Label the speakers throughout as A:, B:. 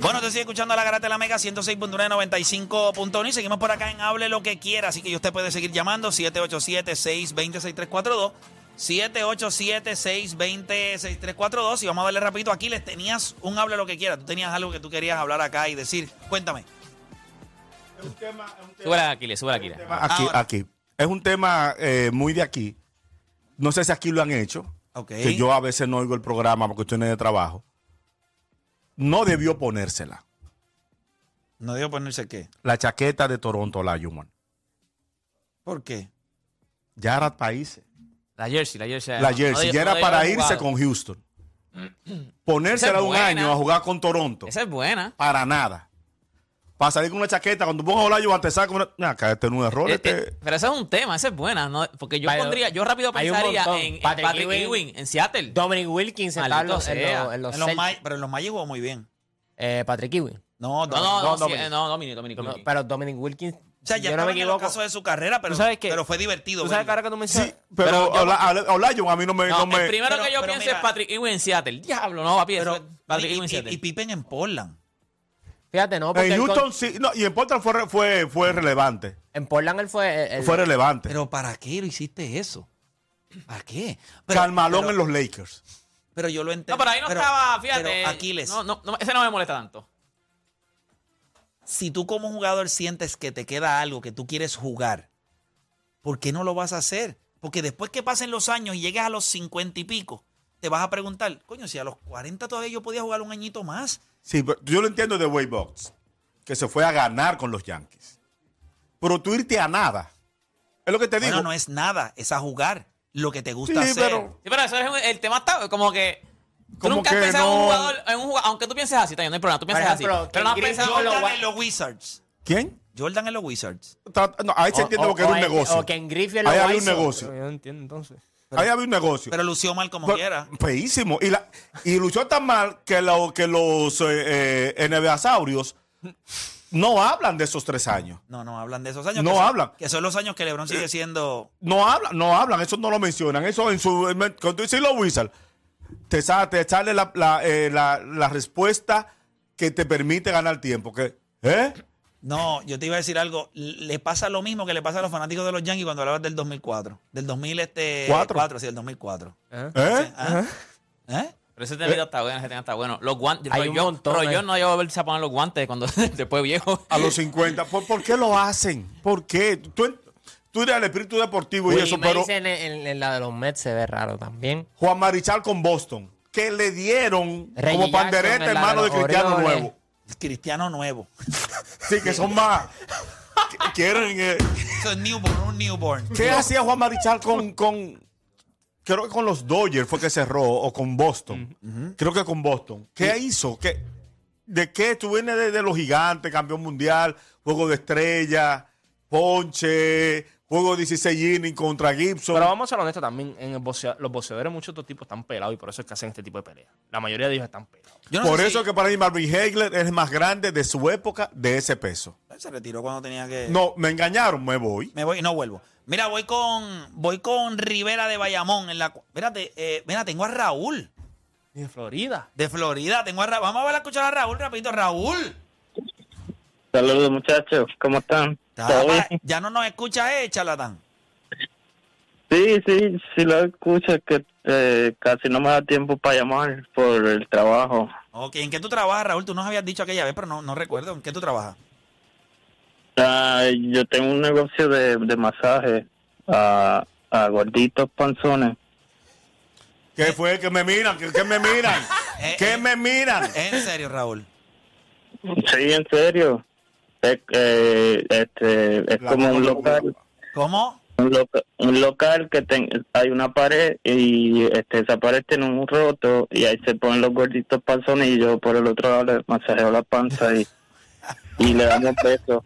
A: Bueno, te sigue escuchando a la Garata de la Mega 106.995.1 y seguimos por acá en Hable lo que quiera. Así que usted puede seguir llamando 787-620-6342. 787-620-6342. Y vamos a darle rapidito. Aquí les tenías un Hable lo que quiera. Tú tenías algo que tú querías hablar acá y decir. Cuéntame.
B: Súbela, Aquiles, súbela, Aquiles.
C: Aquí,
A: Ahora.
C: aquí. Es un tema eh, muy de aquí. No sé si aquí lo han hecho.
A: Ok.
C: Que yo a veces no oigo el programa por cuestiones de trabajo. No debió ponérsela.
A: No debo ponerse qué.
C: La chaqueta de Toronto, la Human.
A: ¿Por qué?
C: Ya era países.
B: La jersey, la jersey.
C: la
B: no,
C: jersey.
B: no,
C: ya
B: no
C: era
B: digo
C: para
B: la
C: irse
B: jugada.
C: con Houston. Ponérsela
B: Esa es
C: un
B: buena.
C: año a jugar con Toronto.
B: Esa es buena.
C: Para nada. Para salir con una chaqueta. Cuando pongas a volar, yo te saco una. Nah, acá este no es error.
B: Eh,
C: este-
B: eh, pero ese es un tema, esa es buena. ¿no? porque yo
D: Vaya,
B: pondría, yo rápido
D: hay un
B: pensaría
D: montón.
B: en, en
D: Patrick
B: Patrick
D: Ewing.
B: Ewing, en Seattle.
D: Dominic Wilkins está en
B: Maldito
D: los, en
B: sea.
D: los- en los
A: En los
D: Celtics.
A: May- pero en los Magic jugó muy bien.
D: Eh, Patrick Ewing.
A: No,
B: No, no, no,
D: No,
B: sí,
D: Dominic.
B: eh, no, Dominic, Dominic Ewing.
D: Pero Dominic Wilkins,
A: O sea,
D: si
A: ya
D: yo no
A: estaba
D: me
A: en los
D: equivoco.
A: casos de su carrera, pero,
D: ¿Tú sabes qué?
A: pero fue divertido.
D: ¿Tú sabes que
A: verlo.
D: ahora que tú mencionas?
C: sí, pero,
B: yo-
C: Ola- Ola- Olajuwon a mí no me.
B: No,
C: no me-
B: el primero
A: Pero-
B: que yo
A: pero
B: pienso
A: mira.
B: es Patrick Ewing en Seattle. Diablo, no, papi, eso
A: Pero-
B: es Patrick
A: y-
B: Ewing en
A: y,
B: Seattle.
A: y Pippen en Portland.
D: Fíjate, no, porque
C: En
D: él con-
C: Houston sí, no, y en Portland fue, re- fue, fue relevante.
D: en Portland él fue... el-
C: fue relevante.
A: Pero ¿para qué lo hiciste eso? ¿Para qué? Pero,
C: Carmalón
A: pero-
C: en los Lakers.
A: Pero yo lo entiendo.
B: no, pero ahí no estaba, fíjate.
A: Pero Aquiles,
B: No, no, no, ese no me molesta tanto.
A: si tú como jugador sientes que te queda algo que tú quieres jugar, ¿por qué no lo vas a hacer? Porque después que pasen los años y llegues a los 50 y pico, te vas a preguntar, coño, si a los 40 todavía yo podía jugar un añito más.
C: Sí, pero yo lo entiendo de Wade Box, que se fue a ganar con los Yankees. Pero tú irte a nada. Es lo que te digo.
A: Bueno, no es nada, es a jugar lo que te gusta
C: Sí,
A: hacer.
C: pero-
B: Sí, pero eso es un- el tema está como que. tú
C: Como
B: nunca
C: que
B: has pensado en un
C: no.
B: jugador, en un jugador- aunque tú pienses así, también no hay problema, tú piensas
D: ejemplo,
B: así. Pero no has
D: que
B: pensado
D: Griffin-
A: Jordan
D: Lo-
A: en los Wizards.
C: ¿Quién?
A: Jordan en los Wizards.
C: Tra- no, ahí se
D: o-
C: entiende
D: o-
C: porque era
D: o
C: un
D: en-
C: negocio.
D: O que en Griffin
C: Ahí
D: lo
C: había un
D: hizo.
C: negocio.
D: Yo no entiendo, entonces.
C: Ahí había un negocio.
A: Pero lució mal como
C: Pero-
A: quiera.
C: Feísimo. Y, la, y luchó tan mal que, lo- que los eh, eh, NBAsaurios no hablan de esos tres años.
A: No, no hablan de esos años.
C: No
A: que son-
C: hablan.
A: que son los años que LeBron sigue siendo.
C: No hablan, no hablan, eso no lo mencionan. Eso en su. en- Cuando tú dices los Wizards, te, sa- te sale la, la, eh, la- la respuesta que te permite ganar tiempo. Que, ¿Eh?
A: No, yo te iba a decir algo. Le pasa lo mismo que le pasa a los fanáticos de los Yankees cuando hablabas del 2004. Del 2000, este.
C: Cuatro.
A: cuatro, sí, del 2004.
D: Ajá.
C: ¿Eh?
A: Ah. ¿Eh?
B: Pero ese temita está bueno, ese tema está bueno. Los guantes.
D: Hay
B: Roy
D: un
B: Jones-
D: montón
B: Roy
D: ahí.
B: Jones no llevo a verse a poner los guantes cuando después viejo.
C: A los 50. ¿Por, por qué lo hacen? ¿Por qué? Tú, tú eres el espíritu deportivo y
D: Willie
C: eso, pero
D: Mays en, en- en la de los Mets se ve raro también.
C: Juan Marichal con Boston, que le dieron
D: Reggie
C: como
D: Jackson en
C: pandereta
D: la
C: en
D: de
C: mano de
D: los
C: Cristiano
D: Orioles.
C: Nuevo.
A: Cristiano nuevo.
C: Sí, que son más. que- Quieren. eh,
A: Eso es newborn, un newborn.
C: ¿Qué hacía Juan Marichal con, con- Creo que con los Dodgers fue que cerró, o con Boston. Creo que con Boston. ¿Qué hizo? ¿Qué, ¿De qué? Tú vienes de, de los gigantes, campeón mundial, juego de estrella, ponche, juego 16 innings contra Gibson.
E: Pero vamos a ser honestos también. En el boxea- los boxeadores, muchos de estos tipos están pelados y por eso es que hacen este tipo de peleas. La mayoría de ellos están pelados.
A: Yo no
C: Por
A: sé
C: eso
A: si-
C: que para mí Marvin Hagler es el más grande de su época de ese peso.
A: Se retiró cuando tenía que.
C: No, me engañaron, me voy.
A: Me voy y no vuelvo. Mira, voy con. Voy con Rivera de Bayamón. En la... cu- Espérate, eh, mira, tengo a Raúl.
E: Y de Florida.
A: De Florida. Tengo a Raúl. Vamos a ver a escuchar a Raúl rapidito. Raúl.
F: Saludos muchachos, ¿cómo están? ¿Todo
A: Rafa,
F: bien?
A: Ya no nos escucha, eh, charlatán.
F: Sí, sí, sí lo escucho, que eh, casi no me da tiempo para llamar por el trabajo.
A: Ok, ¿en qué tú trabajas, Raúl? Tú nos habías dicho aquella vez, pero no, no recuerdo. ¿En qué tú trabajas?
F: Ah, yo tengo un negocio de, de masaje a, a gorditos panzones.
C: ¿Qué fue? ¿Que me miran? ¿Que, que me miran?
A: Eh, eh.
C: ¿Que me miran?
A: En serio, Raúl.
F: Sí, en serio. Es, eh, este, es
C: La
F: como
C: boca
F: un
C: te
F: local,
C: ocupa.
A: ¿Cómo?
F: un, un, loca- un local que ten- hay una pared y este, esa pared tiene un roto y ahí se ponen los gorditos panzones y yo por el otro lado le masajeo la panza y, y le damos besos.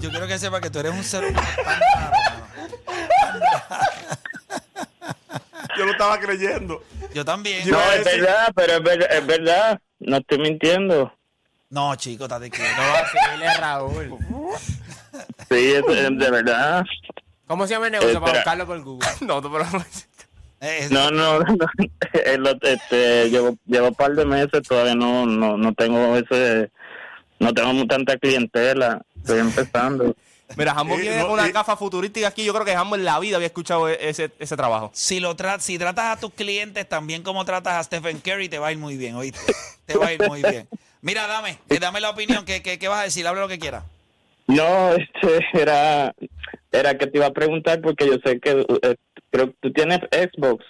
A: Yo quiero que sepa que tú eres un ser humano.
C: Yo lo estaba creyendo.
A: Yo también.
C: Yo-
F: No,
C: iba a
F: es
C: decir-
F: verdad, pero es verdad, es verdad, no estoy mintiendo.
A: No, chico, estate quieto.
D: Dile Raúl.
F: Sí, es, es de verdad.
D: ¿Cómo se llama el negocio para
F: Espera.
D: buscarlo por Google?
E: No, tú, pero.
A: Eh,
F: No, no, no. es lo- este, llevo, llevo un par de meses, todavía no, no, no tengo ese, no tengo tanta clientela, estoy empezando.
E: Mira, Jambo
C: Eh,
E: viene
C: no,
E: con una
C: eh.
E: gafa futurística aquí. Yo creo que Jambo en la vida había escuchado e- ese, ese trabajo.
A: Si, lo tra- si tratas a tus clientes también como tratas a Stephen Curry, te va a ir muy bien, oíste. Te va a ir muy bien. Mira, dame, eh, dame la opinión. ¿Qué, qué, qué vas a decir? Habla lo que quieras.
F: No, este, era, era que te iba a preguntar porque yo sé que eh, creo que tú tienes Xbox,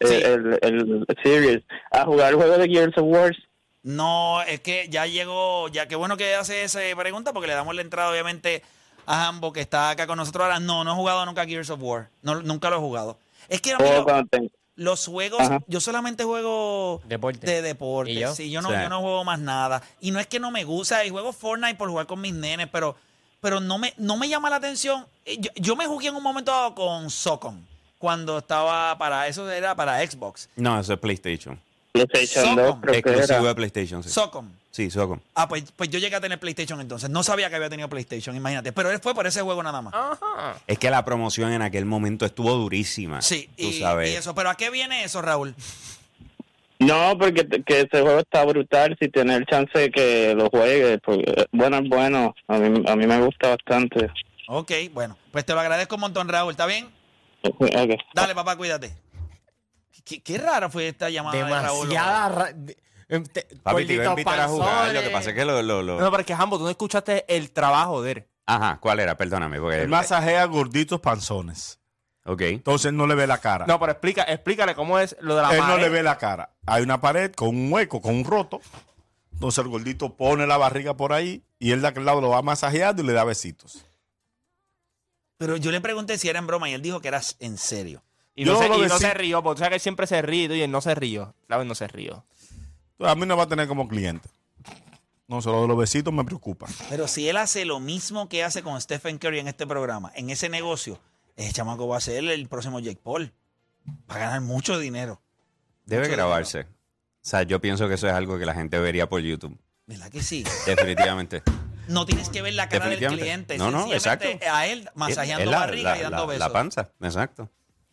F: eh,
A: Sí.
F: el, el Series, a jugar el juego de Gears of Wars.
A: No, es que ya llegó, ya qué bueno que hace esa pregunta porque le damos la entrada obviamente a Hambo que está acá con nosotros ahora. No, no he jugado nunca Gears of War, no, nunca lo he jugado. Es que a mí
F: o
A: lo-
F: Oh, cuando te-
A: los juegos,
F: Ajá.
A: yo solamente juego
D: Deporte.
A: de deporte.
D: ¿Y yo?
A: Sí, yo no,
G: Sí.
A: yo no juego más nada. Y no es que no me gusta, y juego Fortnite por jugar con mis nenes, pero, pero no, me, no me llama la atención. Eh, Yo, yo me jugué en un momento dado con Socon, cuando estaba para, eso era para Xbox.
G: No, eso es PlayStation.
F: PlayStation 2,
A: Socom.
F: creo que
G: Exclusivo de
F: era.
G: PlayStation, sí.
A: Socom.
G: sí, Socom.
A: Ah, pues, pues yo llegué a tener PlayStation entonces. No sabía que había tenido PlayStation, imagínate. Pero él fue por ese juego nada más.
G: Ah. Es que la promoción en aquel momento estuvo durísima.
A: sí,
G: tú
A: y,
G: sabes.
A: y eso. ¿Pero a qué viene eso, Raúl?
F: No, porque te- que ese juego está brutal si tienes el chance de que lo juegues. Porque, eh, bueno, es bueno, a mí, a mí me gusta bastante.
A: Ok, bueno. Pues te lo agradezco un montón, Raúl. ¿Está bien?
F: Ok.
A: Dale, papá, cuídate. Qué, qué rara fue esta llamada de Raúl.
D: Demasiada. ra- de- em, te-
G: Papi, te iba a
D: gorditos
G: invitar a jugar. Lo que
D: panzones.
G: pasa es que lo. lo- lo-
E: No, pero es que Jambo, tú no escuchaste el trabajo de él.
G: Ajá, ¿cuál era? Perdóname. Porque...
C: Él masajea gorditos panzones.
G: Ok.
C: Entonces no le ve la cara.
E: No, pero explica, explícale cómo es lo de la
C: Él no
E: pared.
C: le ve la cara. Hay una pared con un hueco, con un roto. Entonces el gordito pone la barriga por ahí y él de aquel lado lo va masajeando y le da besitos.
A: Pero yo le pregunté si era en broma y él dijo que era en serio.
E: Y,
C: Yo
E: no se,
C: lo
E: y no
C: decí-
E: se rió, porque tú sabes que él siempre se ríe y él no se rió. ¿Sabes? No se rió.
C: A mí no va a tener como cliente. No, solo de los besitos me preocupa.
A: Pero si él hace lo mismo que hace con Stephen Curry en este programa, en ese negocio, ese chamaco va a ser el próximo Jake Paul. Va a ganar mucho dinero.
G: Debe
A: Mucho
G: grabarse. O sea, yo pienso que eso es algo que la gente vería por YouTube.
A: ¿Verdad que sí?
G: Definitivamente.
A: No tienes que ver la cara del
G: Definitivamente.
A: cliente.
G: No, no,
A: sencillamente
G: exacto.
A: A él masajeando
G: Es la-
A: barriga
G: la-
A: y dando
G: la-
A: besos.
G: La panza, exacto.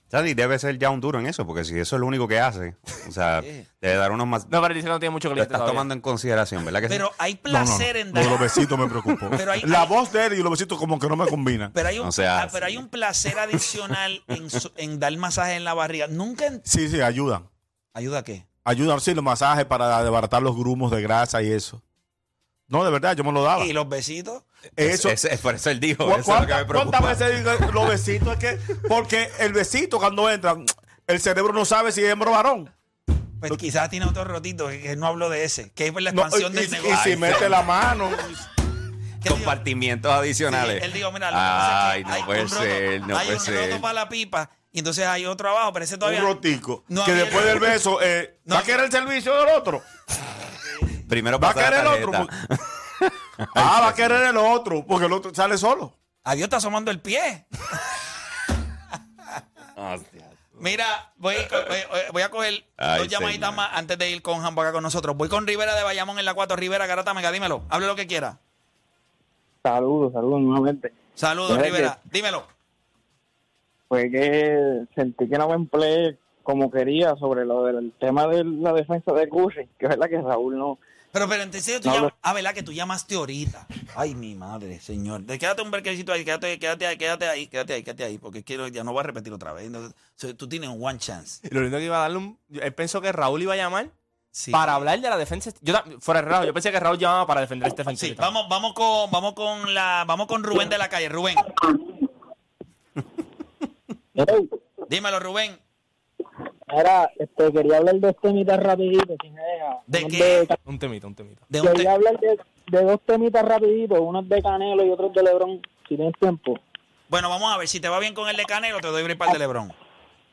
G: O sea, y debe ser ya un duro en eso, porque si eso es lo único que hace, o sea,
A: Sí.
G: debe dar unos más.
E: No, pero él dice que no tiene mucho
G: lo
E: cliente.
G: estás
E: todavía.
G: tomando en consideración, ¿verdad que sí?
A: Pero hay
C: No, no, no.
A: placer en
C: Lo de
A: dar.
C: los besitos me preocupó.
A: Pero hay-
C: la
A: hay-
C: voz de él y los besitos como que no me combinan.
A: Pero hay un,
G: O sea,
A: ah, pero
G: sí.
A: hay un placer adicional en, su- en dar masaje en la barriga. Nunca. en-
C: Sí, sí, ayudan.
A: ¿Ayuda a qué?
C: Ayudan, sí, los masajes para desbaratar los grumos de grasa y eso. No, de verdad, yo me lo
G: Ah,
C: daba.
A: ¿Y los besitos?
C: Eso,
G: Es- es- por eso él dijo,
C: ¿Cu-
G: eso es lo que
C: cuánta-
G: me preocupa.
C: ¿Cuántas veces digo los besitos? Es que, porque el besito cuando entra, el cerebro no sabe si es hembra o varón.
A: Pues quizás tiene otro rotito, que, que no hablo de ese, que es por la
C: No,
A: expansión
G: eh,
C: y,
A: del
C: y- y
A: negocio.
C: si mete la mano.
A: ¿Qué digo?
G: Compartimientos adicionales.
A: Sí, él dijo, mira, lo que pasa
G: Ay,
A: es que
G: no
A: hay
G: puede
A: un roto-
G: ser, no
A: hay
G: puede
A: un roto
G: ser.
A: para la pipa y entonces hay otro abajo, pero ese todavía...
C: Un rotico.
A: No
C: que
A: había-
C: después del beso, eh,
A: No.
C: ¿va a querer el servicio del otro?
G: Primero
C: ¿Va a
G: pasa la
C: querer el otro?
G: tarjeta.
C: Ah, va a querer el otro, porque el otro sale solo.
A: Adiós, está asomando el pie.
G: Hostia.
A: Mira, voy, co- voy- voy a coger
G: Ay,
A: dos llamaditas
G: señor.
A: más antes de ir con Jambo acá con nosotros. Voy con Rivera de Bayamón en la 4. Rivera, Garata Mega, dímelo. Hable lo que quiera.
F: Saludos, saludos nuevamente.
A: Saludos,
F: Oye,
A: Rivera. Dímelo.
F: Fue que sentí que no me empleé como quería sobre lo del tema de la defensa de Curry, que es verdad que Raúl no,
A: Pero, pero, en serio, tú
F: No,
A: llamas...
F: no.
A: Ah, ¿verdad? Que tú llamaste ahorita. Ay, mi madre, señor. De- Quédate un brequecito ahí, quédate, quédate ahí, quédate ahí, quédate ahí, quédate ahí, porque quiero, ya no voy a repetir otra vez. Entonces, so- tú tienes un one chance.
E: Y lo lindo que iba a darle un. Él pensó que Raúl iba a llamar
A: Sí.
E: para hablar de la defensa. Yo ta- fuera de relajo, yo pensé que Raúl llamaba para defender este a Stephen
A: Sí,
E: Curry también.
A: vamos, vamos con, vamos con la, vamos con Rubén de la calle. Rubén, dímelo, Rubén.
H: Ahora, este, quería hablar de este mitad rapidito, si me deja.
A: ¿De
H: No
A: qué?
H: de-
E: Un temito, un temito.
A: De un te-
H: quería hablar de, de dos temitas rapiditos, unos de Canelo y otros de Lebrón, si tienes tiempo.
A: Bueno, vamos a ver. Si te va bien con el de Canelo, te doy break para el de Lebron.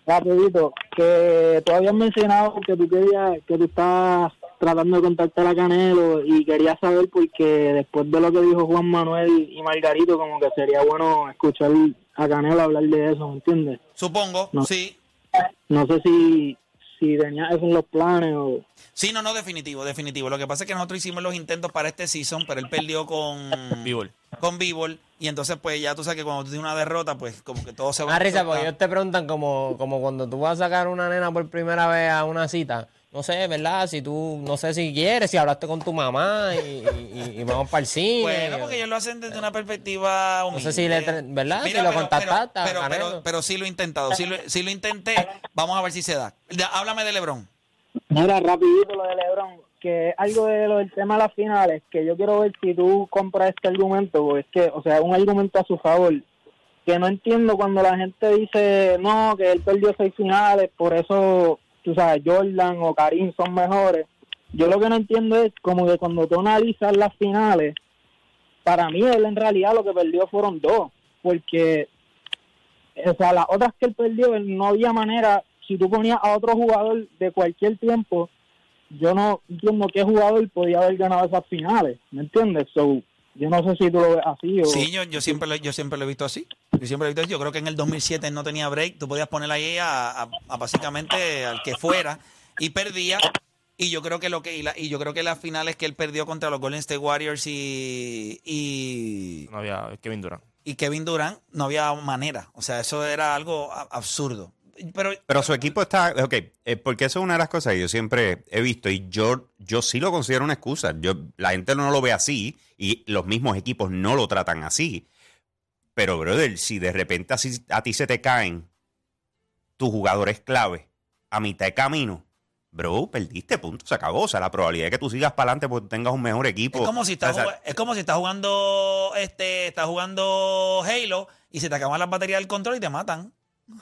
H: Rapidito, que tú habías mencionado que tú querías, que tú estabas tratando de contactar a Canelo y quería saber porque después de lo que dijo Juan Manuel y Margarito, como que sería bueno escuchar a Canelo hablar de eso, ¿me entiendes?
A: Supongo,
H: No.
A: sí.
H: No sé si, si tenías eso en los planes o...
A: Sí, no, no, definitivo, definitivo. Lo que pasa es que nosotros hicimos los intentos para este season, pero él perdió con
E: Víbol.
A: con Bivol. Y entonces, pues ya tú sabes que cuando tú tienes una derrota, pues como que todo se va
D: Una Ah, risa, porque ellos te preguntan como, como cuando tú vas a sacar una nena por primera vez a una cita. No sé, ¿verdad? Si tú, no sé si quieres, si hablaste con tu mamá y, y- y- y vamos para el cine.
A: Bueno, porque ellos lo hacen desde una perspectiva humilde.
D: sé si le tra- ¿verdad? Si lo contactaste,
A: Pero, pero,
D: Canelo.
A: pero- pero sí lo he intentado, sí lo, sí lo intenté. Vamos a ver si se da. Ya, Háblame de Lebron.
H: Mira, rapidito lo de Lebron, que es algo de lo del tema de las finales, que yo quiero ver si tú compras este argumento, porque es que, o sea, es un argumento a su favor, que no entiendo cuando la gente dice, no, que él perdió seis finales, por eso, tú sabes, Jordan o Karim son mejores. Yo lo que no entiendo es como que cuando tú analizas las finales, para mí él en realidad lo que perdió fueron dos, porque o sea, las otras que él perdió, él no había manera, si tú ponías a otro jugador de cualquier tiempo, yo no entiendo qué jugador podía haber ganado esas finales, ¿me entiendes? So, yo no sé si tú lo ves así o...
A: Sí, yo, yo siempre lo, yo siempre lo he visto así. Yo siempre lo he visto así. Yo creo que en el 2007 él no tenía break. Tú podías poner ahí a, a- a básicamente al que fuera y perdía. Y yo creo que lo que y, la- y yo creo que las finales que él perdió contra los Golden State Warriors y, y
E: No había Kevin Durant.
A: y Kevin Durant no había manera. O sea, eso era algo a- absurdo. Pero
G: Pero su equipo está, ok, eh, porque eso es una de las cosas que yo siempre he visto y yo, yo sí lo considero una excusa. Yo, la gente no lo ve así y los mismos equipos no lo tratan así. Pero, brother, si de repente así a ti se te caen tus jugadores clave a mitad de camino, bro, perdiste, punto, se acabó. O sea, la probabilidad de que tú sigas para adelante porque tengas un mejor equipo.
A: es como
G: o
A: si estás
G: sea,
A: jug- es como si estás jugando este estás jugando Halo y se te acaban las baterías del control y te matan.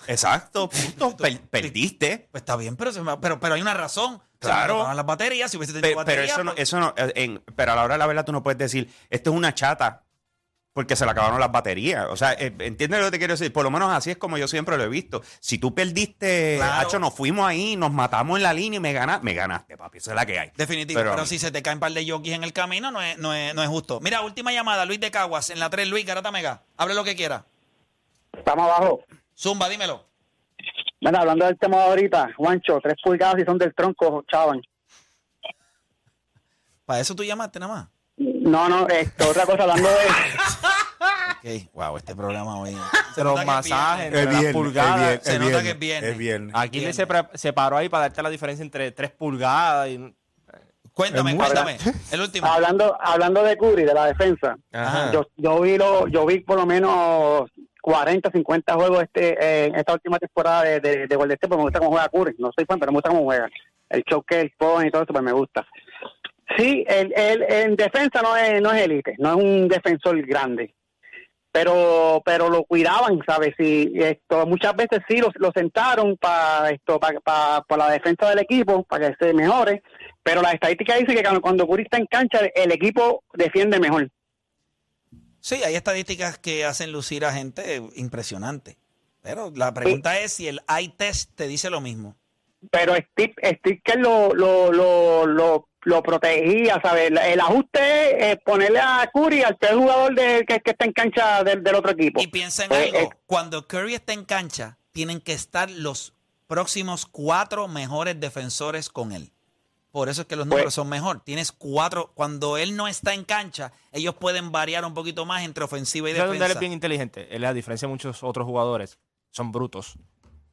G: Exacto, punto, per- perdiste.
A: Pues está bien, pero se me- pero pero hay una razón. Se me
G: Claro.
A: acabaron las baterías, si hubiese
G: Pe-
A: tenido
G: Pero,
A: baterías,
G: eso no,
A: pues-
G: eso no, eh, en- pero a la hora de la verdad tú no puedes decir, esto es una chata porque se le acabaron las baterías. O sea, eh, ¿entiendes lo que te quiero decir? Por lo menos así es como yo siempre lo he visto. Si tú perdiste,
A: Claro.
G: hacho, nos fuimos ahí, nos matamos en la línea y me ganaste, me ganaste, papi, esa es la que hay.
A: Definitivo, pero,
G: Pero-
A: si se te caen un par de jockeys en el camino, no es, no, es, no es justo. Mira, última llamada, Luis de Caguas, en la 3, Luis Garata Mega. Hable lo que quiera.
H: Estamos abajo.
A: Zumba, dímelo.
H: Mira, hablando del tema de ahorita, Juancho, tres pulgadas y son del tronco, chaval.
A: Para eso tú llamaste nada más.
H: No, no, esto, otra cosa, hablando de...
A: Ok, wow, este programa hoy. Se nota
E: Los
A: que es
E: masajes,
A: viernes.
E: entre las
C: viernes, es
E: pulgadas.
C: viernes,
A: se
C: es
A: nota que
C: viernes,
A: es viernes.
C: Es viernes.
E: Aquí le se, pre- se paró ahí para darte la diferencia entre tres pulgadas y
A: Cuéntame,
C: Es mucho.
A: cuéntame. El último.
H: Hablando, hablando de Curry, de la defensa,
D: Ajá.
H: yo, yo vi lo, yo vi por lo menos 40, 50 juegos este eh, en esta última temporada de, de, de Golden State, porque me gusta cómo juega Curry, no soy fan, pero me gusta cómo juega. El show que él pone y todo eso, pues me gusta. Sí, él, él- en defensa no es no es élite, no es un defensor grande. Pero pero lo cuidaban, ¿sabes? Y esto muchas veces sí lo, lo sentaron para esto para la defensa del equipo, para que se mejore, pero la estadística dice que cuando, cuando Curry está en cancha el equipo defiende mejor.
A: Sí, hay estadísticas que hacen lucir a gente eh, impresionante. Pero la pregunta es si el eye test te dice lo mismo.
H: pero Steve, Steve Kerr lo, lo, lo, lo, lo protegía, ¿sabes? El, el ajuste es eh, ponerle a Curry al peor jugador de, que, que está en cancha del, del otro equipo.
A: Y piensa en
H: Eh,
A: algo.
H: eh.
A: Cuando Curry está en cancha, tienen que estar los próximos cuatro mejores defensores con él. Por eso es que los números son mejor. Tienes cuatro. Cuando él no está en cancha, ellos pueden variar un poquito más entre ofensiva y
E: ¿Sabes dónde él
A: defensa.
E: es bien inteligente? Él, a diferencia de muchos otros jugadores, son brutos.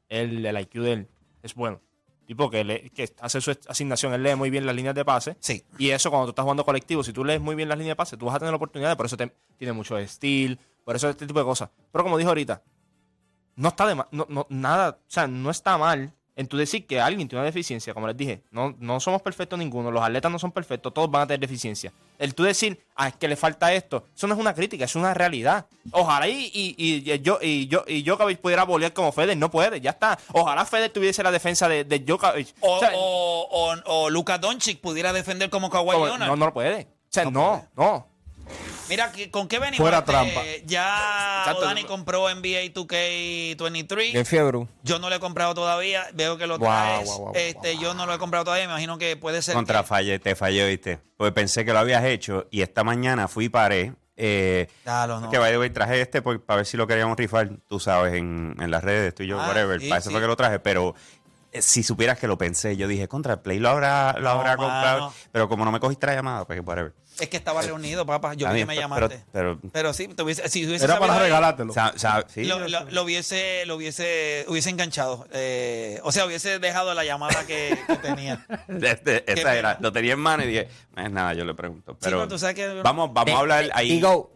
E: Él, el IQ de él es bueno. Tipo que, le- que hace su asignación, él lee muy bien las líneas de pase.
A: Sí.
E: Y eso cuando tú estás jugando colectivo, si tú lees muy bien las líneas de pase, tú vas a tener la oportunidad. Por eso te- tiene mucho estilo, por eso este tipo de cosas. Pero como dije ahorita, no está de ma- no, no- nada, o sea, no está mal en tú decir que alguien tiene una deficiencia, como les dije, no, no somos perfectos ninguno, los atletas no son perfectos, todos van a tener deficiencia. El tú decir, ah, es que le falta esto, eso no es una crítica, es una realidad. Ojalá y, y, y- y yo y yo y Djokovic pudiera volear como Federer, no puede, ya está. Ojalá Federer tuviese la defensa de, de Djokovic.
A: O,
E: O sea,
A: o, o- o Luka Doncic pudiera defender como Kawhi
E: como-
A: Leonard.
E: no, no lo puede. sea, no, no.
A: Mira, ¿qué- ¿con qué venimos?
C: Fuera
A: Este,
C: trampa.
A: Ya
E: Exacto.
A: Dani compró NBA 2K23.
D: Qué fiebre.
A: Yo no lo he comprado todavía. Veo que lo
E: Guau,
A: traes.
E: guau, guau,
A: este, yo no lo he comprado todavía. Me imagino que puede ser.
G: Contra
A: que-
G: fallé, te fallé, ¿viste? Porque pensé que lo habías hecho y esta mañana fui y paré. Eh,
A: Dalo, no.
G: Que vaya, güey, traje este por- para ver si lo queríamos rifar, tú sabes, en, en las redes, tú y yo,
A: Ah,
G: whatever.
A: sí,
G: para eso
A: sí.
G: fue que lo traje, pero eh, si supieras que lo pensé, yo dije, contra el Play lo habrá, lo
A: No,
G: habrá comprado.
A: mano.
G: Pero como no me cogiste la llamada, pues whatever.
A: Es que estaba reunido, papá. Yo
G: Está
A: vi que
G: bien,
A: me
G: pero-
A: llamaste. Pero,
G: Pero, pero-
A: sí, te hubiese- si hubiese
G: Ah,
C: Era para
A: sabido-
C: regalártelo.
G: sa- sa- sí,
A: lo, lo- lo hubiese, lo hubiese, hubiese enganchado. Eh, o sea, hubiese dejado la llamada que, que tenía.
G: este- esta
A: pena.
G: era, lo tenía en mano y dije, "Eh, nada, yo le pregunto.
A: pero
G: Pero,
A: tú sabes que-
G: vamos, vamos a hablar ahí.
D: Digo,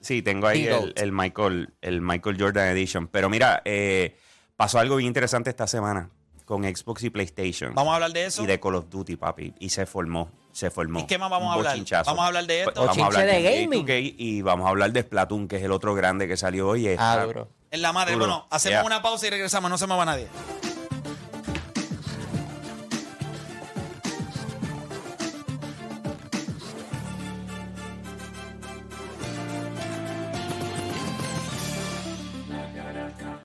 G: Sí, tengo ahí
D: Big
G: el,
D: Goat.
G: el Michael, el Michael Jordan Edition. Pero mira, eh, pasó algo bien interesante esta semana con Xbox y PlayStation.
A: Vamos a hablar de eso.
G: y de Call of Duty, papi. Y se formó, se formó.
A: ¿Y qué más vamos a
G: Un
A: hablar?
G: bochinchazo.
A: Vamos a hablar de esto.
G: Vamos a
D: Bochinche
G: hablar
D: de
G: NBA
D: gaming.
G: 2K y vamos a hablar de Splatoon, que es el otro grande que salió hoy. Eh,
D: ah,
G: Está-
D: duro.
A: En la madre.
G: Duro.
A: Bueno, hacemos
G: Yeah.
A: una pausa y regresamos. No se mueva nadie.